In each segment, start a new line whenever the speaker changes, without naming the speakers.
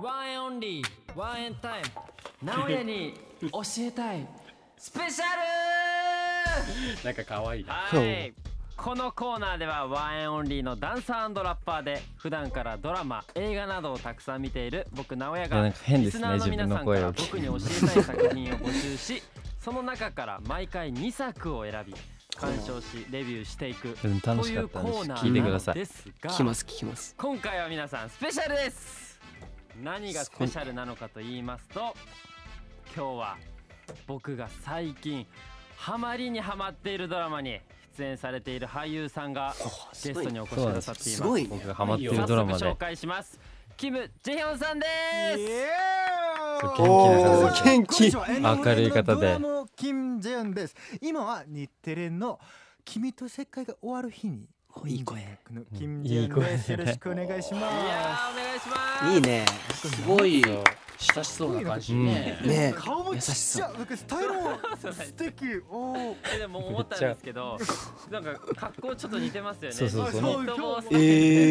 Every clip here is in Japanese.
ワンエンオンリーワンエンタイム直哉に教えたいスペシャル
なんか可愛いな。
はいこのコーナーではワンエンオンリーのダンサーラッパーで普段からドラマ映画などをたくさん見ている僕直哉
いや
が
なんか変
リ
で
ス
す
ナ
ね
ーの皆さんから
自
僕に教えたい作品を募集しその中から毎回2作を選び鑑賞しレビューしていくと
う
い
ん
うコ
楽しかったんです
ーナ
聞いて
ー
く
な
ださ
の
い
です
聞きま
が
す聞きます
今回は皆さんスペシャルです何がスペシャルなのかと言いますと今日は僕が最近ハマりにハマっているドラマに出演されている俳優さんがゲストにお越しくださっています
すごいね
僕がハマってる
早
ドラマ
速
で
紹介しますキム・ジェヒョンさんです
そう
お
元
ー
気な
元気
明るい方で
ドラムキムジェヨンです。今は日テレの君と世界が終わる日に。
おいい声。
のキムジェヨンです。
いい声
よろしくお願いし
いや
ま
ーお願いします
いいね
すごい親しそうな感じね。
ね
す。顔もちっ
優し
ち
そ
ゃ、僕スタイルも素敵。おー
えでも思ったんですけどなんか格好ちょっと似てますよね
そうそうそう
二人とも
え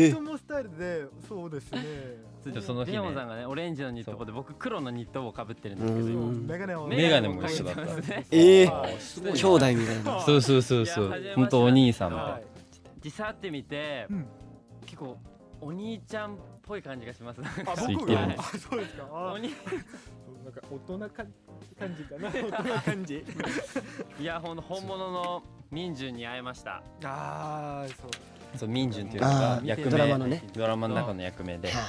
ー
ともスタイルで、そうですね。
じゃあその
ジ
日
ェ
ね
ヨンさんがねオレンジのニット帽で僕黒のニット帽をかぶってるんですけど
う
今
ん
メガネを。
メガネも一緒だった
メガネもかぶてますね
ええ
はい
兄弟みたいな
そうそうそうそ
いや初めまし
う
て
本当お兄さんみ
は
た
い
い
実際会ってみて
うん。
結構お兄ちゃんっぽい感じがします
あ、
つい
僕
てる
が。あ、そうですか。あ
お兄
そうなんか大人か感じかな。大人感じ。
いやほん本物の民順に会えました
ああ、そう。
そう民順っていうのが
あ
ー
役名
ドラマ
のね
ドラマの中の役名で
本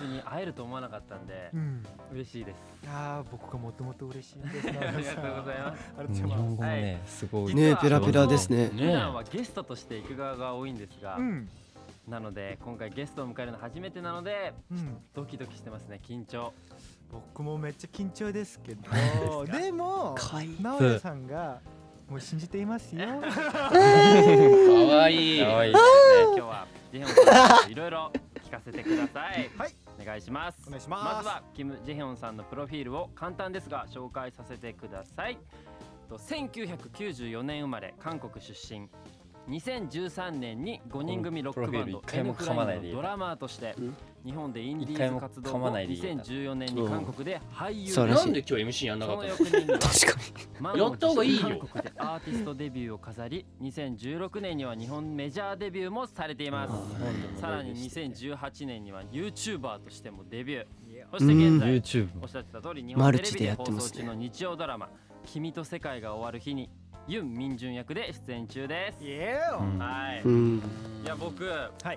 当に会えると思わなかったんで
うん。
嬉しいです
ああ、僕がもともと嬉しいんで す。。
ありがとうございます
ありがとうご
日
ざい
本
ま
語
す。
もねすごい
ねえペラペラですね
普段はゲストとして行く側が多いんですが、
うん。
なので今回ゲストを迎えるの初めてなので
うん、
ドキドキしてますね緊張
僕もめっちゃ緊張ですけどでも
かわいい
直哉さんがもう信じていま すよ
可愛い。
可愛い
今日はジェヒョンさんのいろいろ聞かせてください
はい
お願いします
お願いします
まずはキム・ジェヒョンさんのプロフィールを簡単ですが紹介させてくださいと1994年生まれ韓国出身2013年に5人組ロックバンド
このプロフィール
N
一回も
クライ
噛まないで
ン
言え
の
た
ドラマーとして
うん
日本でインディ
一回
ーズ
も
活動
噛ま
を
ないで言えた
2014年に韓国で俳優
そうらしい
なんで今日 MC やんなか
そ
っ
の
たの
翌年には
確かに
満を持して
やった方がいいよ
韓国でアーティストデビューを飾り2016年には日本メジャーデビューもされていますさらに2018年には YouTuber としてもデビューそして現在
YouTube
おっしゃってた通り日
マ
本
ル
テレ
チ
ビ
で
で
やっ
放
てますね
送中の日曜ドラマ「君と世界が終わる日に」ユン・ミンジュン役で出演中です
イエー
う
イ
ん
はい
うん
いや僕
い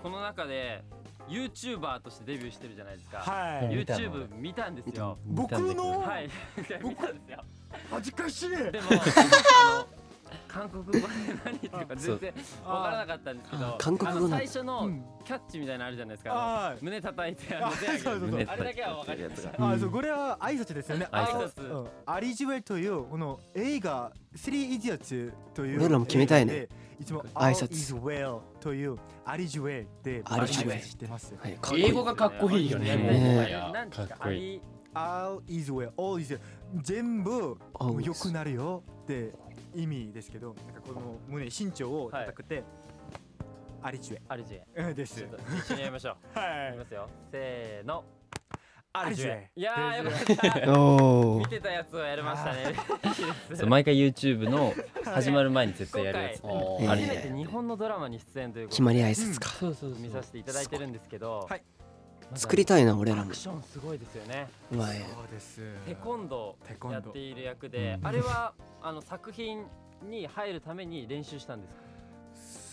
この中で YouTuber としてデビューしてるじゃないですか
はい
い見たの
YouTube 見たんですよ
見たんだけど
僕の
はい 見たんですよ
恥ずかしい
で もあの韓国語で何言ってるか全然わからなかったんですけ
あ
ど
ー韓国語
あの
なんだ
最初
う
の
ん
キャッチみたいなのあるじゃないですかあ
あ
の胸叩いてあ
あ
の手上げ
そうそうそう
るあれだけはわかりました
あーそうこれは挨拶ですよね
挨拶
あのうんアリジュエというこの映画「スリー・イディアツ」という
俺らも決めたいね
映画でいつも「
挨
挨
拶
拶」is well というアリジュエで
アリジュエ
挨拶してます
はいかっこいい
英語がかっこいいよね。もう
ね
もはや
なんですか
かっこい
あ l is well, all is well 全部
あ
もう良くなるよって意味ですけどなんかこの胸身長を叩くて、アリジュ
アリジュエ
エうんで
ち
す
ょっと一緒にやりましょう
は
やりますよせーの
アリジュエ
いやーよ
です
かった
お
見
ー
てたやつをやりましたね嬉しいです
そう毎回 YouTube の始まる前に絶対やるやつ
今
回
あ
初
る
め
ね
て日本のドラマに出演というこ
決
と
ま
で
り挨拶か
そうそう
見させていただいてるんですけど
はい
まだ
作りたいな俺ら
ア
も
クションすごいですよね
うまい
そうです
テコンド
テ
ー
コ
や
ン
っ
ド
て
ー
いる役で、
うん
あれはあの作品に入るために練習したんですか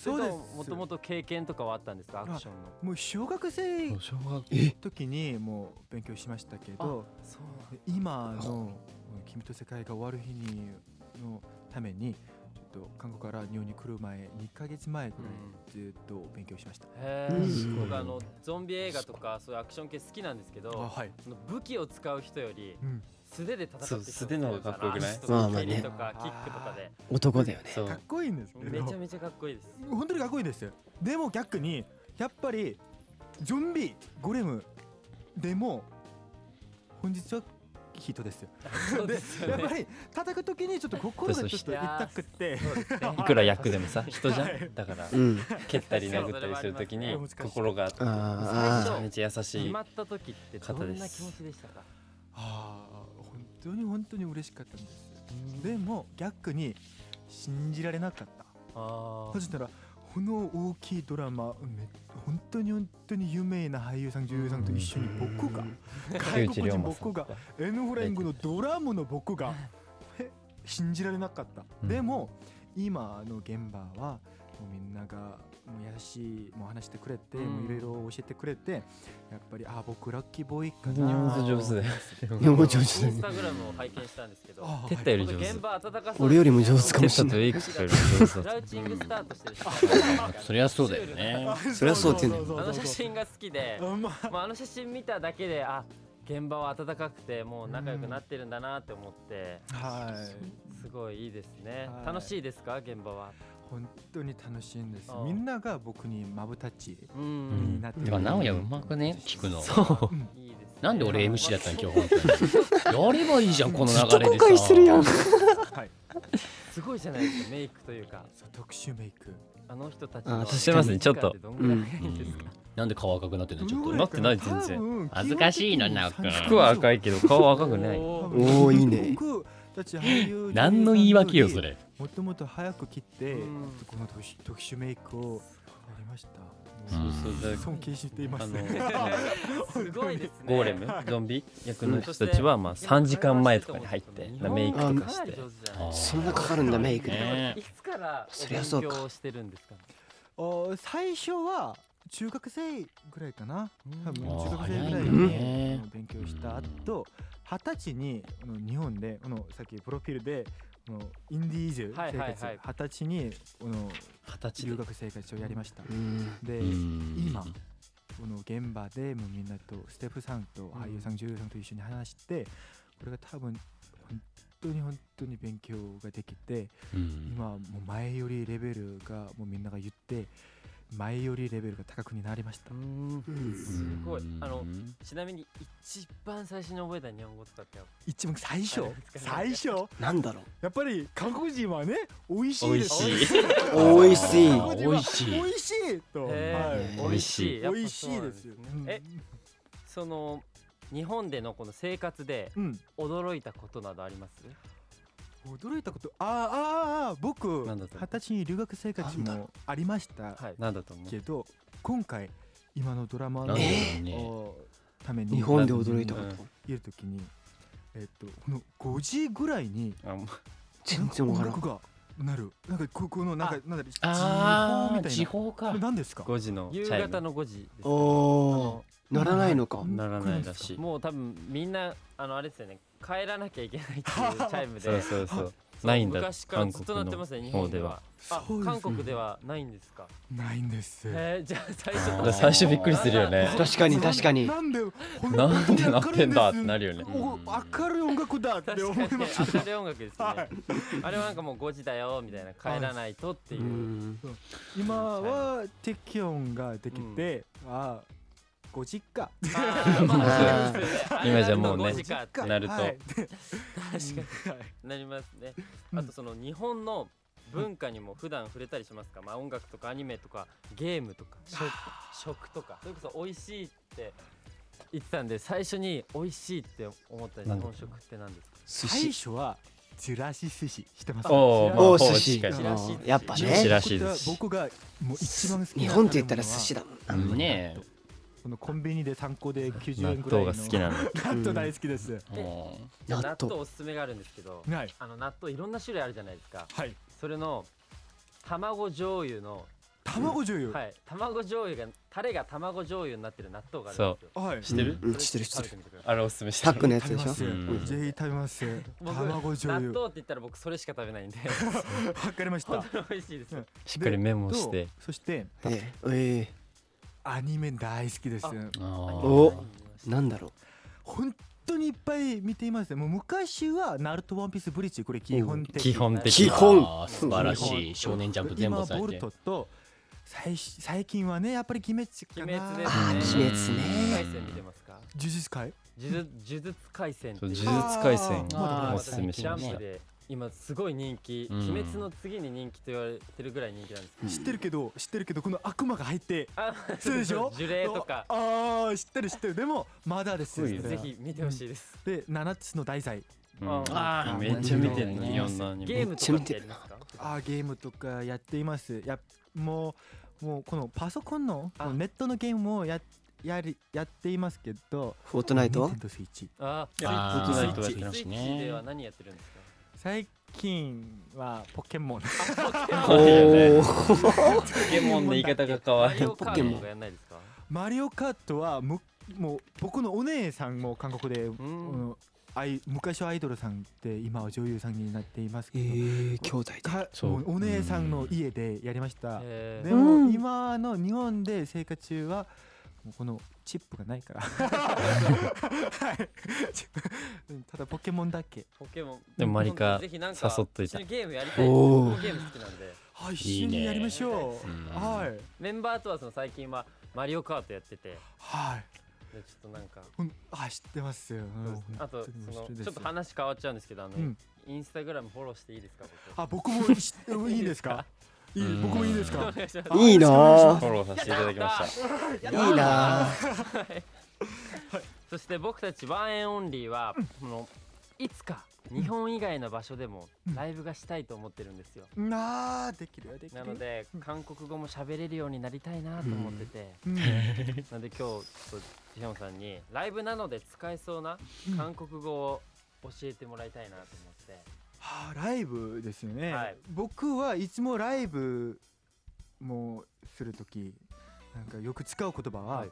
そうです
もともと経験とかはあったんですかアクションの
もう小学生の
小学
時にもう勉強しましたけど
そう
で今の「君と世界が終わる日に」のためにちょっと韓国から日本に来る前2ヶ月前ぐらいずっと勉強しました、
へ
うん
え僕あのゾンビ映画とかそういうアクション系好きなんですけど
はい、
その武器を使う人より
うん、
素手で戦って
そう素手の方がかっこよくない
とか
まあまあね
蹴りとかキックとかで
男だよね
そう
かっこいいんですけど
めちゃめちゃかっこいいです
本当にかっこいいですよでも逆にやっぱりゾンビゴレムでも本日はヒートですよ。
そうです
や
よ
っぱ
ね
り叩くときにちょっと心がちょっと痛くて、
いくら役でもさ人じゃんだから
うん。
蹴ったり殴ったりするときに
そうそれはありますね
心がめ
あー
ちゃ
あ
めちゃ優し
決
い
まった時ってどんな気持ちでしたか
ああ本当に本当に嬉しかったんですでも逆に信じられなかった
あ
なぜならこの大きいドラマめ本当に本当に有名な俳優さん女優さんと一緒に
うん
僕が
うん
外
竹内
国
涼
人
真さん
僕
と
が
か
N フライングのドラムの僕がえ信じられなかった、
うん
でも今の現場はもうみんながもう優しいもう話してくれて、
うん
もういろいろ教えてくれてやっぱりあ僕ラッキーボーイか
日本
な
語上手だよ
あ。いやも
イ
う上
ン
手だ
ス
ね。
タグラムを拝見したんですけど
あ
蹴ったより
こ
上
の
手
現場温かさ
俺よりも上手かもしれ
蹴った
な
と
い。
エイクスよりも上手だ
ラ
っ
ウチングスタートしてる
そりゃそうだよね
あ
そりゃそうって言うんだ
あの写真が好きで、
うまい
まあ、あの写真見ただけであ現場は温かくてもう仲良くなってるんだなって思って、
はい
すごいいいですね、
はい
楽しいですか現場は
本当に楽しいんです
ああ
みんなが僕にまぶたち
うん、
になって
てか直哉うまくね聞くの
そう
いいです、ね、
なんで俺 MC だったの今日本当にやればいいじゃんこの流
ず
れ
っと
でさ
後悔してるやん。
はい
すごいじゃないですかメイクというか
そう特殊メイク
あの人たち
あ
の
確かに
してますねちょっと
時間てどんぐらい早いんですか、
なんで顔赤くなってんのちょっと
なってない全然
多分
恥ずかしいな直君
服は赤いけど顔は赤くない
おー
おおいいね。
僕たち俳優
何の言い訳よそれ
もともと早く切って
うん
この特殊特殊メイクをやりました
うん
そうそう
尊敬していま
あ
す
の
すごいですね
ゴーレムゾンビ役の人たちはまあ3時間前とかに入ってメイクとかし
日
て
本語かなり上手じゃない
あー
そんなかかるんだメイクで。
ね
いつからお
そりゃそう
勉
か
強してるんですか
お最初は中学生ぐらいかな多分
あー
中学生ぐらい
早い
に
ね
あの勉強した後二十歳にあの日本であのさっきプロフィールであのインディーズ
はい
生
はいはい
活二十歳にあの
形
留学生活をやりました
うん。
で
うん
今この現場でもうみんなとステッフさんと俳優さん女優さんと一緒に話してこれが多分本当に本当に勉強ができて
うん
今はもう前よりレベルがもうみんなが言って前よりレベルが高くになりました
すごいあの
うん
ちなみに一番最初に覚えた日本語とかって
一番最初
はい
最初
なんだろ
やっぱり韓国人はね美味しい
美
で
味
す
しい
う。美味しい。
韓国人は
美味しい
美味しいと、
へ
は
ー
い
美味しい
美味しいですよ
やっぱそうなんねえその日本でのこの生活で
うん
驚いたことなどあります
驚いたことあーあーあー僕
なん
二
だ
十
と
歳に留学生活もありました
はい
なんだと思う
けど今回今のドラマ
な
の
んだろうね
おために
日本で驚いたこと。
いるときにえっとこの5時ぐらいに
あもう
全然わから
音
ん。
楽がなるなんかここのなんかなんだろう
あー
時
時
報み
報
たいなこ
か
れ何ですか
5時のチ
夕
ャイ
方
ム
の5時です
お
ね
お。ならないのか。
ならないらしい
もう多分みんなあのあれですよね帰らなきゃいけないっ ていうチャイムで
そうそうそ
そ
う
う
ないんだ
昔から
韓
ずっとなってますね日
国の
本
方
で
で
は
は
あ
そうです
韓
ね
国ではないんですか
ないんです
えー、じゃあ最初
あ
の
ー
最初びっくりするよね
確かに確かに。
なんで
なんでなってんだってな
る
るよね
お明るい音楽だ って
確
思
か
い
に
ま
ね
す
明るい音楽ですね、
はい
あれはなんかもう5時だよみたいな帰らないとっていうう、
ん。
今は適温ができて、ああ5時か
あーまあそうですよね
今じゃもうね
5時かって
なると
はい
確かになりますね。
うん
あとその日本の文化にも普段触れたりしますか、まあ、音楽とかアニメとかゲームとか食食とかそれこそ美味しいって言ってたんで最初に美味しいって思った日
なんだ
本食って何ですか
寿司。
最初はチラシ寿司してます
おーまあ
お
ほぼ
ー寿司。
近い
チラシ
あーやっぱ
チ
ね。
ラシ寿司
僕がもう一番好きな
日本って言ったら寿司だもんな。
ね
このコンビニで参考で90
納
円ぐら
豆
いの
が好きなんだ
納豆大好きです、
え
じゃあ納
納
豆
豆
おすすめがあるんですけど
はい
あの納豆いろんな種類あるじゃないですか
はい
それの卵醤油の、
卵醤油、
はい、卵醤油がタレが卵醤油になってる納豆があるんですよ
はい
知ってる
うん、
それ
してるしてる
食。べてみてください
あれおすすめした
タックのやつ
食べ
で
ま
しょ
す、
うん
ぜひ食べます
僕
卵醤
納豆っ
油
て言ったら僕それしか食べないんで
わかりまし
本
た
当に美味しいですよ
しっかりメモし
と
て
そして
えええ
アニメ大好きです
あ
あー
おえ。なんだろ
本当にいっぱい見ていますねもう昔はナルトワンピースブリッジこれ基本的
基本的
基本
あー素晴らしい少年ジャンプ全
今
部され
ボ
て
ルトと最最近はねやっぱり鬼滅か
鬼
な
滅
あ
ですね
鬼滅ね
一回戦見てますか
呪術界
呪術呪術廻戦って
そう
い
呪
う
術廻戦
あー
おすすめし
ジャ
ま
ン
し
プ
た
で今すごい人気、
うん
鬼滅の次に人気と言われてるぐらい人気なんですけど
知ってるけど知ってるけどこの悪魔が入って
あ
そうでしょ
呪霊とか
ああー知ってる知ってるでもまだですよ
すごいよ
ぜ
それは
ひ見てほしいです、
で七つの題材
うん
あ
めっちゃ見てる
な
ね
る
いろ
ほど
んなアニ
ゲ
メ
ームとかってやりますか
あーゲームとかやっていますやもうもうこのパソコンの
あ
このネットのゲームをややりやっていますけど
フォートナイト
Nintendo Switch
あー
あー
スイッ
僕
チ
だと
スイッチスイ
やってますね
ッチでは何やってるんですか
最近はポケモン
おー
ポケモンで言い方が変わ
マ
る
リオカ
ポケ
ー
モン
トとかやんないですか
マリオカートはむもう僕のお姉さんも韓国で、
う
うんん、アイ昔はアイドルさんって今は女優さんになっています
え
けど、
ー、兄弟で
か
そう
もうお姉さんの家でやりました、
え
で
ー
も
うん
今の日本で生活中はもうこのチップがないから、はい、チップうんただポケモンだけ
ポケモン
でもマリカ
ぜひなんか
誘っとい
一緒
た
にゲームやりたいです
おー
僕もゲーム好きなんで
はい一緒にやりましょう
うん
はい
メンバーとはその最近はマリオカートやっててで
はい
ちょっとなんか
ほんあ知ってますよ、うん
あと
本当
そ
に面白
の
いです
ちょっと話変わっちゃうんですけどあの、
うん
インスタグラムフォローしていいですか僕
あ僕もしいいですかいい僕もいいです
お
か
願いします
あ
いいな
よ
フォローさせていただきました
いいなあ
そして僕たちワンエンオンリーは、そのいつか日本以外の場所でもライブがしたいと思ってるんですよ、
ろしくなあできるよできる
なので韓国語も喋れるようになりたいなと思ってて、
うん
なので今日ちょっとジェンさんにライブなので使えそうな
うん
韓国語を教えてもらいたいなと思って、
はあライブですよね、
はい
僕はいつもライブもするときなんかよく使う言葉は、
はい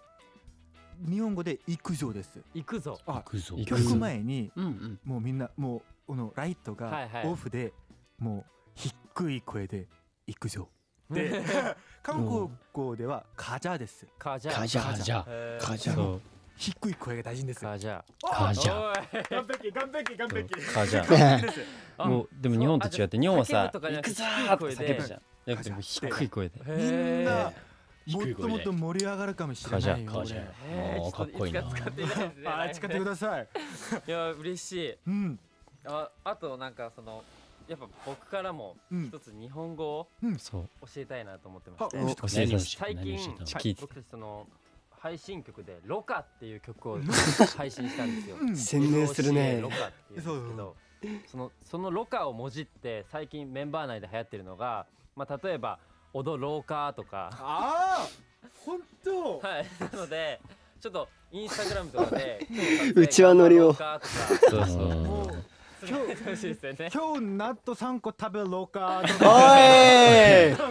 日本語で行くぞです
行くぞ
あ
行くぞ
行く
曲前に
うんうん
もうみんなもうこのライト
はい
が
はい
オフで、もう低い声で行く ぞ
で
韓国語ではカジャです
カジャ
カジャ
あじゃ
えー
カジ
あ
ャ
そう
低い声が大事です
カジャ
あじゃ
おい
完璧完璧完
あじゃ
あ
もうでも日本と違って日本は
叫ぶ
さ
とかじゃな
行
く
く
て
ぞーって
低い声で
叫ぶじゃんじゃ
みん
なくてもう低い声で
なもっ
低い声で
ともっと盛り上がるかもしれないよ
カジャカ
えー、
おー
ちょっといつか
か
使
っこいいな
ってみたいです
俺
ね。
あー使ってください
いや嬉しい。
うん
ああとなんかそのやっぱ僕からも
うん
一つ日本語を
そう
教えたいなと思ってま
あ
し
教
て、
えて
教えてほしい
最
何を教
近
えてほしい
はい
聞いて
僕たちその配信曲でロカっていう曲を配信したんですよ。
うん
洗練するね
LOCA ロカっていうんですけど、そのそのロカをもじって最近メンバー内で流行ってるのが、まあ例えば踊ろうかとか。
ああ本当
はい、なので、ちょっとインスタグラムとかで、
うちわのりを
今日撮
そうそう
もう
影頑張ろうかとか、今日、しいですよね。
今日納豆3個食べろうかとか
お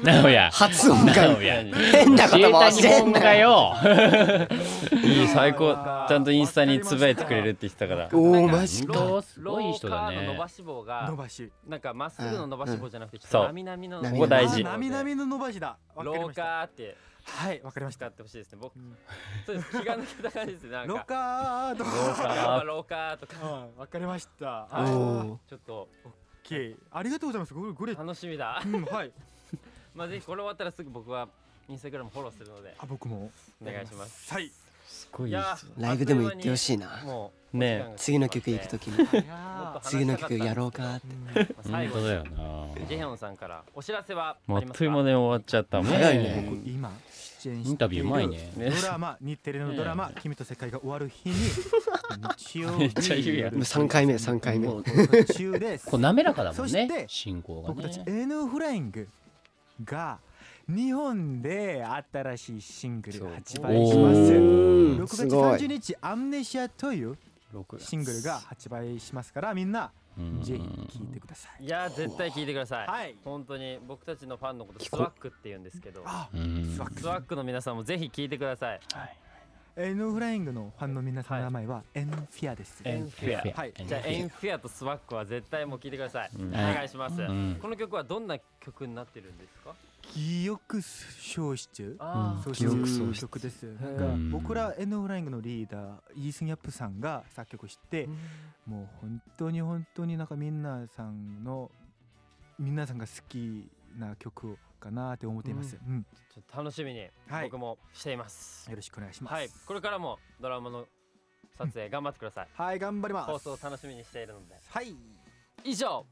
い
なおや
発音
な
が
おや
変なこと
教
回
えた
し
日
てん
本
な
語かよ
や
いい
ー
最高ちゃんとインスタにつぶやいてくれるって人から
おーマジ
ロ
か
本当すごいいい人だ
ローカーの伸
ね
ばし棒
伸
が、
ばし
なんかまっすぐの伸ばし棒じゃなくて、ちょっ
そ
と
う
なみなみの。
ここ大事
なみなみの伸ばしだわか
ロ
り
ー
まし
カ
た
ーって
はいわかりまし
使
た
ってほしいですね。僕
うん、
そうです。気が抜けた感じですね。なん
ロ
か
ー、カーと
そう
やっぱ
か
ローカーとか、
はいわかりました
お
はいオッ
ー
ちょっと
ケーありがとうございますこれこれ
楽しみだ
う。んはい
まあ、ぜひこれ終わったら、すぐ僕はインスタグラムフォローするので、
あ僕も
お願いします。
はい
すごい
い
いい
や
人
ー
ライブでも言ってほしい
あっという間に
な
もう、
ねえ
お時間が来てしまって
次の曲行くときに
あ
次の曲やろうかって
ま
ー
あ最後
本当
に
だよな
ジェヒョンさんからお知らせは
も
あ
うあ
り
っ
ますか
という間で終わっちゃったもん
早いね
僕今出演している
インタビューうまいね
ドラマ日テレのドラマ「君と世界が終わる日」に日曜日
めっちゃ言うやん
もう3回目3回目
もう途中です
こう滑らかだもん
そし
ね
て
進行が
僕たち
ね
N フライングが日本で新しいシングルを発売します
お
6
ー
月
すごい
30日「アムネシア」という
六月
シングルが発売しますからみんな
うん
ぜひ聴いてください
いやー絶対聞いてください、
はい
本当に僕たちのファンのことスワックって言うんですけど
あ
うん
スワック
スワックの皆さんもぜひ聞いてください
N フライングのファンの皆さんの名前は N フィアです
エンフィア
フィア
はい
じゃあエンフィアとスワックは絶対もう聞いてください、お願いします、
ん
この曲はどんな曲になってるんですか
記憶消失
あ
そう
ー
いう
記憶喪失
曲ですなん
う
か
ん
僕ら N フライングのリーダーイースンヤップさんが作曲してもう本当に本当になんかみんなさんのみんなさんが好きな曲かなって思っています、うん
ちょっと楽しみに
はい
僕もしています、
よろしくお願いします、
はい、これからもドラマの撮影頑張ってください
はい頑張ります
放送楽しみにしているので
はい
以上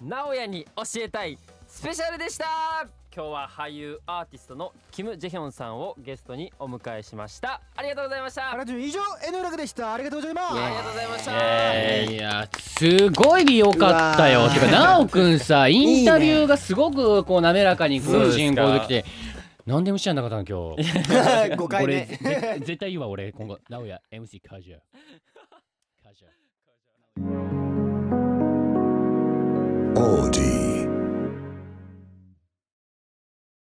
直哉に教えたいスペシャルでした今日は俳優アーティストのキム・ジェヒョンさんをゲストにお迎えしましたありがとうございました
原順以上 N ラグでしたありがとうございます
ありがとうございました
えーいやすごい良かった
う
よ
わー
てかなおく んさインタビューがすごくこう滑らかにこ
そうで
う
すか
進行できてなんで MC やんなかったの今日
5回目
俺ぜ絶対いいわ俺今後なおや MC カジュア